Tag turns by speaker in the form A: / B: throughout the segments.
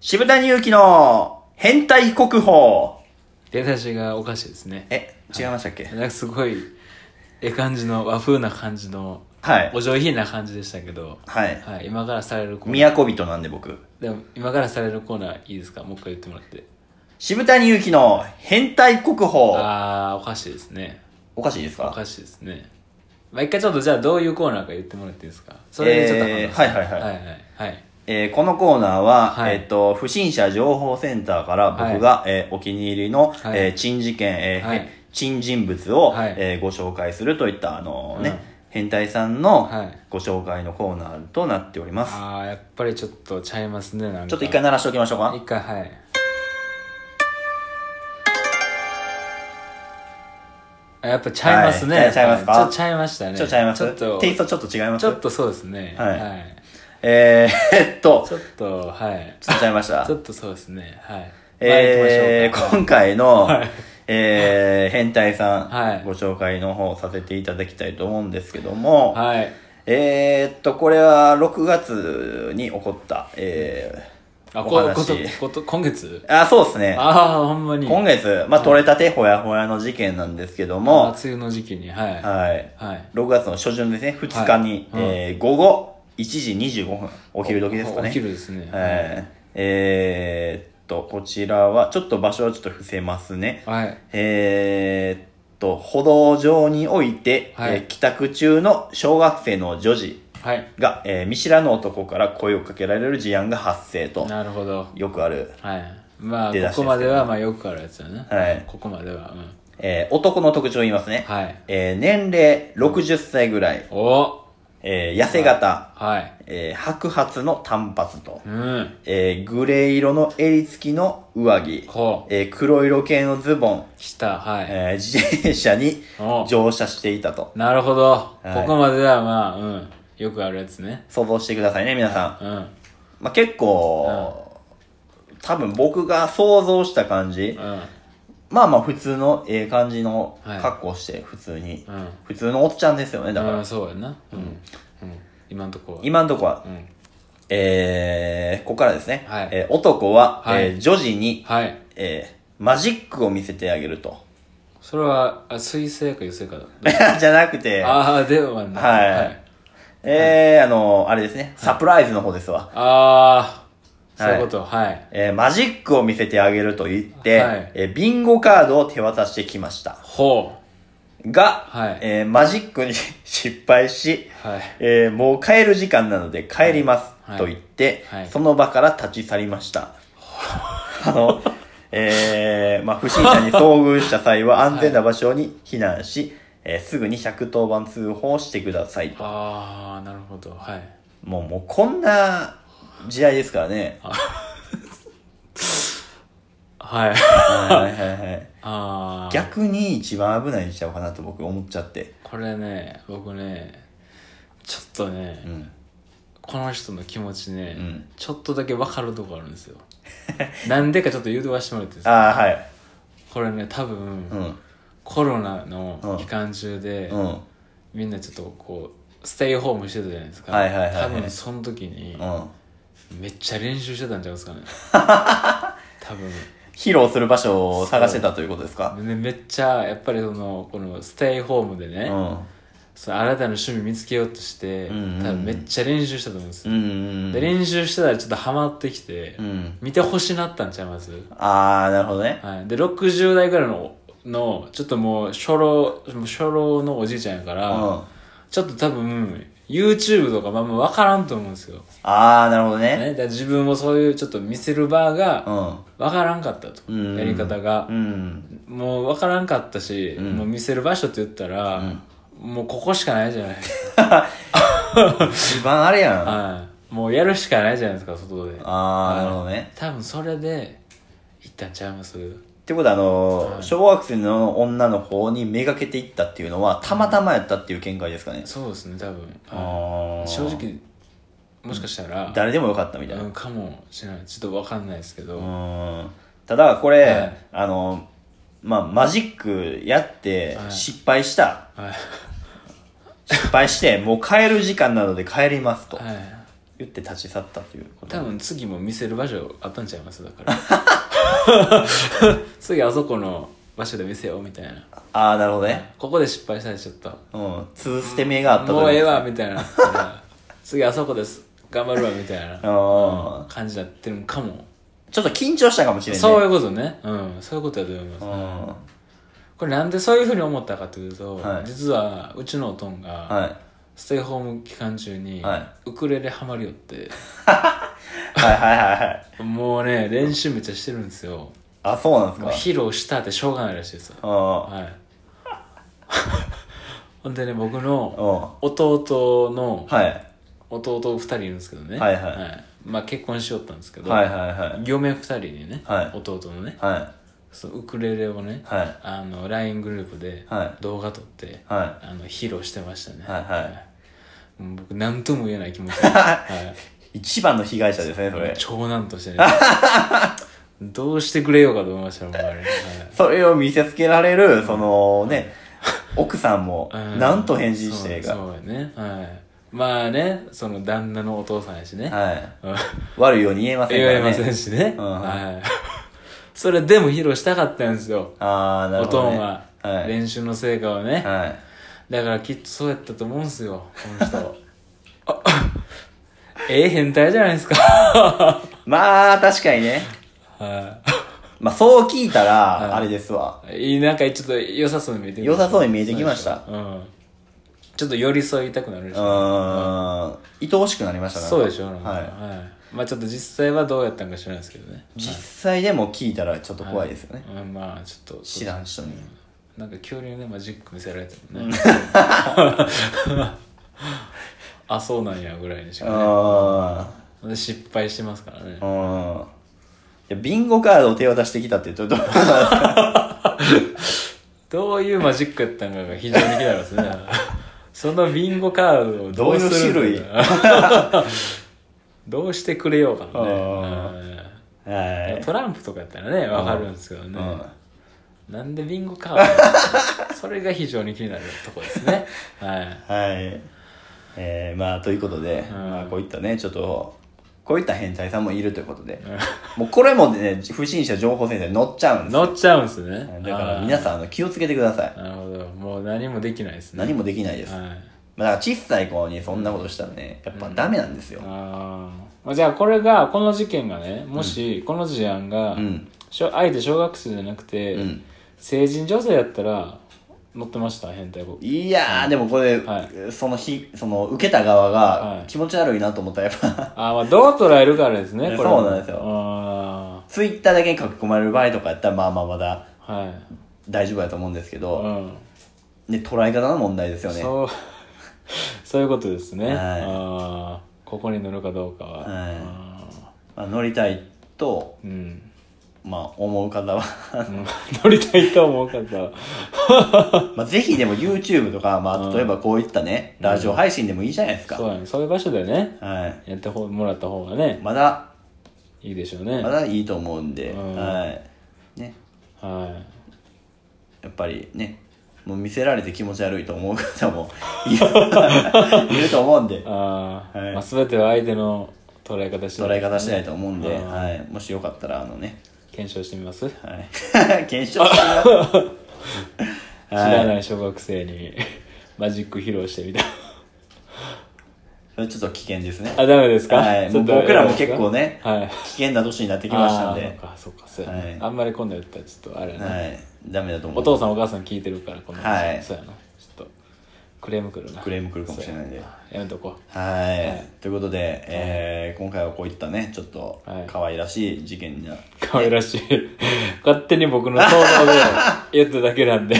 A: 渋谷祐希の変態国宝。
B: 出だしがおかしいですね
A: え、違いましたっけ
B: なんかすごいええ感じの和風な感じの
A: はい
B: お。上品な感じでしたけど
A: はい。
B: はい今からされるコーナー
A: 都人なんで僕。
B: でも今からされるコーナーいいですかもう一回言ってもらって
A: 渋谷祐希の変態国宝。
B: ああおかしいですね
A: おかしいです
B: お
A: か
B: かしいですねまあ、一回ちょっとじゃあどういうコーナーか言ってもらっていいですかそれでちょっと話
A: えー
B: して
A: はいはいはい
B: はいはいはい
A: えーこのコーナーは、
B: はい
A: えっ、と、不審者情報センターから僕が、えーお気に入りの、
B: はい
A: えー珍事件、えー
B: はい
A: 珍人物を、
B: はい
A: えーご紹介するといった、あのね、
B: うん
A: 変態さんの
B: はい
A: ご紹介のコーナーとなっております。
B: ああやっぱりちょっとちゃいますねなんか
A: ちょっと一回鳴らしておきましょうか。
B: 一回はいあやっぱちゃいますね、
A: はい
B: やっぱり
A: ちゃいますか
B: ちょっとちゃいましたね
A: ちょっとちゃいます
B: ちょっと
A: テイストちょっと違います
B: ちょっとそうですね
A: はい
B: はい、
A: えーえっと、
B: ちょっとはい
A: ちょっとちゃいました
B: ちょ。っとそうですねはい
A: え
B: まあ行きま
A: ー
B: しょうか
A: 今回の、
B: はい
A: えー変態さん、
B: はい
A: ご紹介の方させていただきたいと思うんですけども、
B: はい
A: えーっと、これは6月に起こった、えー
B: あ
A: お
B: ここと
A: 話。
B: こと今月
A: あ、そうですね。
B: ああほんまに
A: 今月、まあ、取れたてほやほやの事件なんですけど
B: あ
A: も、
B: ー梅雨の時期にはいはい、
A: はい。6月の初旬ですね、2日に、
B: はいうん
A: えー午後1時25分、お昼時ですかね。
B: お昼ですね
A: はい。えーっと、こちらは、ちょっと場所をちょっと伏せますね。
B: はい
A: えーっと、歩道上において、
B: はい
A: えー帰宅中の小学生の女児
B: はい
A: が、えー見知らぬ男から声をかけられる事案が発生と、
B: なるほど
A: よくある、
B: はいまあこ
A: 出だしです
B: こ
A: ね
B: まではまあよくあるやつだね
A: はい
B: ここまではうん
A: えー男の特徴を言いますね。
B: はい
A: えー年齢60歳ぐらい、
B: お
A: えー痩せ型、
B: はい
A: えー白髪の短髪と、
B: うん
A: えーグレー色の襟付きの上着、
B: こう
A: えー黒色系のズボン、
B: したはい
A: えー自転車に
B: お
A: 乗車していたと。
B: なるほど、
A: い
B: ここまではまあうんよくあるやつね
A: 想像してくださいね、皆さん。
B: うん
A: まあ、結構、多分僕が想像した感じ、
B: うん
A: まあまあ普通のええ感じの
B: はい
A: 格好して、普通に、
B: うん
A: 普通のおっちゃんですよね、だから。
B: うんそうやなうん、うん、今んとこは
A: 今のとこは、
B: うん
A: えー、ここからですね、
B: はい
A: えー男は、
B: はい
A: えー女児に、
B: はい
A: えーマジックを見せてあげると。
B: それはあ水星か油星か だ
A: じゃなくて、
B: ああではな
A: はい
B: はい、
A: えー、あの、あれですね、サプライズの方ですわ。
B: ああそ
A: はいう
B: いうことはい
A: えーマジックを見せてあげると言って、
B: はい
A: えービンゴカードを手渡してきました。
B: ほ
A: が、
B: はい
A: えーマジックに失敗し、
B: うはい
A: えーもう帰る時間なので帰ります、
B: はい
A: と言って、
B: はい
A: その場から立ち去りました。 あの、えーまあ、不審者に遭遇した際 は安全な場所に避難し、えーすぐに110番通報してくださいと。
B: ああなるほどはい
A: もう、もうこんな時代ですからね。
B: は
A: は
B: い
A: いはい はい。
B: ああ
A: 逆に一番危ないんちゃうかなと僕思っちゃって。
B: これね僕ねちょっとね、
A: うん。
B: この人の気持ちね、
A: うん
B: ちょっとだけ分かるとこあるんですよ なんでかちょっと誘導はしてもらっていいですか
A: ああ、はい。
B: これね多分、
A: うん。
B: コロナの
A: うん
B: 期間中で、
A: うん。
B: みんなちょっとこうステイホームしてたじゃないですか、
A: はいはいはいはい
B: 多分その時に
A: うん。
B: めっちゃ練習してたんちゃうんで すかね多分
A: 披露する場所を探してたということですか
B: ねめっちゃやっぱりそのこのステイホームでね、
A: うん。
B: その新たな趣味見つけようとして、
A: うんうんうん
B: 多分めっちゃ練習したと思うんですよ
A: うんうん
B: で練習してたらちょっとハマってきて、
A: うん。うん。
B: 見てほしなったんちゃいます、
A: ああ、なるほどね。
B: はい、で60代ぐらいののちょっともう初老もう初老のおじいちゃんやか
A: う
B: ら、
A: ん。
B: ちょっと多分 YouTube とかまあまあ分からんと思うんですよ、
A: ああ、なるほどね。
B: ね、だから自分もそういうちょっと見せる場
A: う
B: が
A: ん。
B: 分からんかったと、
A: うんうん
B: やり方が
A: う、ん。
B: もう分からんかったし、
A: ん
B: もう見せる場所って言ったら、もうここしかないじゃ ないです
A: 一番あれやん。
B: か、
A: あ
B: はい、もうやるしかないじゃないですか外で
A: あー、なるほどね。
B: 多分それで行ったんちゃいます
A: ってことは、あの
B: は
A: ー、
B: い
A: 小学生の女の方にめがけていったっていうのは、たまたまやったっていう見解ですかね。
B: そうですね多分
A: ああ。
B: 正。直もしかしたら
A: 誰でもよかったみたいな
B: う。んかもしれないちょっと分かんないですけど、
A: うんただこれ、
B: はい
A: あのまあマジックやって
B: はい
A: 失敗した、
B: はい
A: 失敗してもう帰る時間なので帰りますと、
B: はい
A: 言って立ち去ったということ
B: 多分次も見せる場所あったんちゃいますだから 次あそこの場所で見せようみたいな
A: ああなるほどね
B: ここで失敗したらちょっと
A: うん通捨て目があったと
B: もうええわ
A: う
B: みたいな うん次あそこです頑張るわみたいな
A: あ
B: 感じになってるんかも
A: ちょっと緊張したかもしれない
B: そういううことねうんそういうことだと思います
A: んは
B: これなんでそういうふうに思ったかというと、
A: はい
B: 実はうちのおとんが、
A: い
B: ステイホーム期間中に、
A: は
B: ウクレレハマりよって
A: はいはいはいはい
B: もうね練習めっちゃしてるんですよ
A: あそうなんです
B: もう
A: か
B: 披露したってしょうがないらしいですよ
A: あ
B: はい ほんでね僕の
A: あ
B: 弟の
A: はい
B: 弟2人いるんですけどね
A: はいはい
B: まあ結婚しよったんですけど、
A: はいはいはい
B: 嫁2人にね、
A: はい
B: 弟のね
A: はい
B: そのウクレレをね、
A: はい
B: あの LINE グループで
A: は
B: 動画撮って、
A: は
B: あの披露してましたね
A: はいはい
B: いもう僕何とも言えない気 持ちで、は
A: い
B: い
A: 一番の被害者ですねそれ
B: 長男 としてねどうしてくれようかと思いましたよ僕あれはい
A: それを見せつけられるそのね奥さんも
B: うん
A: なんと返事してええ
B: そ
A: か
B: うそうやねはいまあねその旦那のお父さんやしね、
A: はい
B: うん
A: 悪いように言えませんか
B: 言え
A: ら
B: ませ
A: ね
B: んしね、
A: うん
B: はいそれでも披露したかったんですよ、
A: ああなる
B: お
A: ほ
B: と
A: ど
B: ん
A: ね
B: は、
A: はい
B: 練習の成果をね、
A: はい
B: だからきっとそうやったと思うんすよこの人 あええ変態じゃないですかは
A: まあ確かにねまあそう聞いた
B: い
A: らあれですわ
B: いいいなんかちょっと良さそうに見えてきま
A: 良
B: した
A: さそうに見えてきました
B: うん、ちょっと寄り添いたくなるで
A: う
B: しょ
A: ーん愛おしくなりましたね
B: そうでしょなんか
A: はい
B: いまあちょっと実際はどうやったんか知らないですけどね
A: 実際でも聞いたらちょっと怖いですよね、
B: うんまあちょっと
A: 知らん人に
B: なんか恐竜ねマジック見せられてもね あそうなんやぐらいにしか
A: あ
B: ねで失敗してますからね
A: あうんいやビンゴカードを手渡してきたって言うとどう
B: どういうマジックやったんかが非常に気になりま すねそのビンゴカードを
A: どういう
B: する
A: 種類
B: んだ どうしてくれようかもね
A: あ
B: うん
A: はい
B: トランプとかやったらねわかるんですけどね、
A: う
B: なんでビンゴカードなんですか それが非常に気になるとこですねはい
A: んはいえー、まあということで、
B: うん
A: まあ、こういったねちょっとこういった変態さんもいるということで
B: うん
A: もうこれもね不審者情報センターに載っちゃうんですよ
B: 乗っちゃうんですね
A: だから皆さんあの気をつけてください
B: んなるほどもう何もできないですね
A: 何
B: も
A: もできないです、
B: はい
A: まあ、だから小さい子にそんなことしたらねやっぱダメなんですよ、
B: あーまあじゃあこれがこの事件がねもしこの事案が、
A: うん
B: しょあえて小学生じゃなくて、
A: うん
B: 成人女性やったら乗ってました変態僕
A: いやーでもこれ、
B: は
A: その日その受けた側
B: は
A: が
B: い
A: 気持ち悪いなと思ったらやっ ぱ
B: あーまあどう捉えるかですね
A: ね
B: これ
A: そうなんですよ
B: あ
A: ツイッターだけに書き込まれる場合とかやったらまあまあまだ
B: ーはい
A: 大丈夫だと思うんですけ
B: う
A: ど、
B: ん
A: ね、捉え方の問題ですよね
B: そう そういうことですね、
A: はい
B: あーここに乗るかどうかは、
A: はい
B: あ
A: まあ、乗りたいと、
B: ーうん、
A: まあ、思う方は
B: うん乗りたいと思う方
A: まあぜひでも YouTube とか、まあ、例えばこういったね、ラジオ配信でもいいじゃないですか、
B: そうやねそういう場所でね
A: はい、
B: やってほもらった方がね
A: まだ
B: いいでしょうね、
A: まだいいと思うんで、
B: うん
A: はいね、
B: は
A: やっぱりねもう見せられて気持ち悪いと思う方 もいるいると思うんで
B: いあー、
A: はい
B: まあ、全ては相手の捉え方次第
A: 捉え方次第と思うんで、
B: うん
A: はい、もしよかったらあのね、
B: 検証してみます、
A: はい、 検証して みます
B: 知らない小学生に マジック披露してみた
A: それちょっと危険ですね
B: あダメですか、
A: はい
B: ちょっと
A: もう僕らも結構ね
B: はい
A: 危険な年になってきましたんで
B: あーそうかそうかそうや
A: はい
B: ねあんまり今度やったらちょっとあれやな、
A: はいダメだと思
B: お
A: う
B: 父さんお母さん聞いてるからこの話、
A: はい
B: そうやなちょっとクレームくるな
A: クレーム来るかもしれないんで
B: そうややめとこ
A: はい、ということで、えー今回はこういったねちょっと
B: はい
A: 可愛らしい事件にな
B: う可愛らしい勝手に僕の想像で言っただけなんで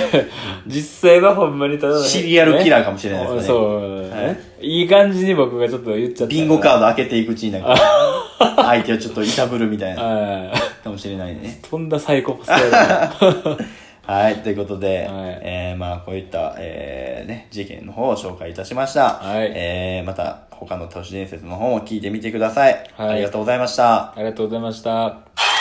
B: 実際はほんまにただの
A: シリアルキラーかもしれないですね
B: そう、い、い感じに僕がちょっと言っちゃった
A: ビンゴカード開けていくうちになんか、相手をちょっといたぶるみたいな、
B: あ
A: かもしれないね。
B: ーとんだサイコパスやな
A: はい、ということで、
B: はい
A: えー、まあ、こういった、えー、ね、事件の方を紹介いたしました。
B: はい
A: えー、また、他の都市伝説の方も聞いてみてください。
B: はい
A: ありがとうございました。
B: ありがとうございました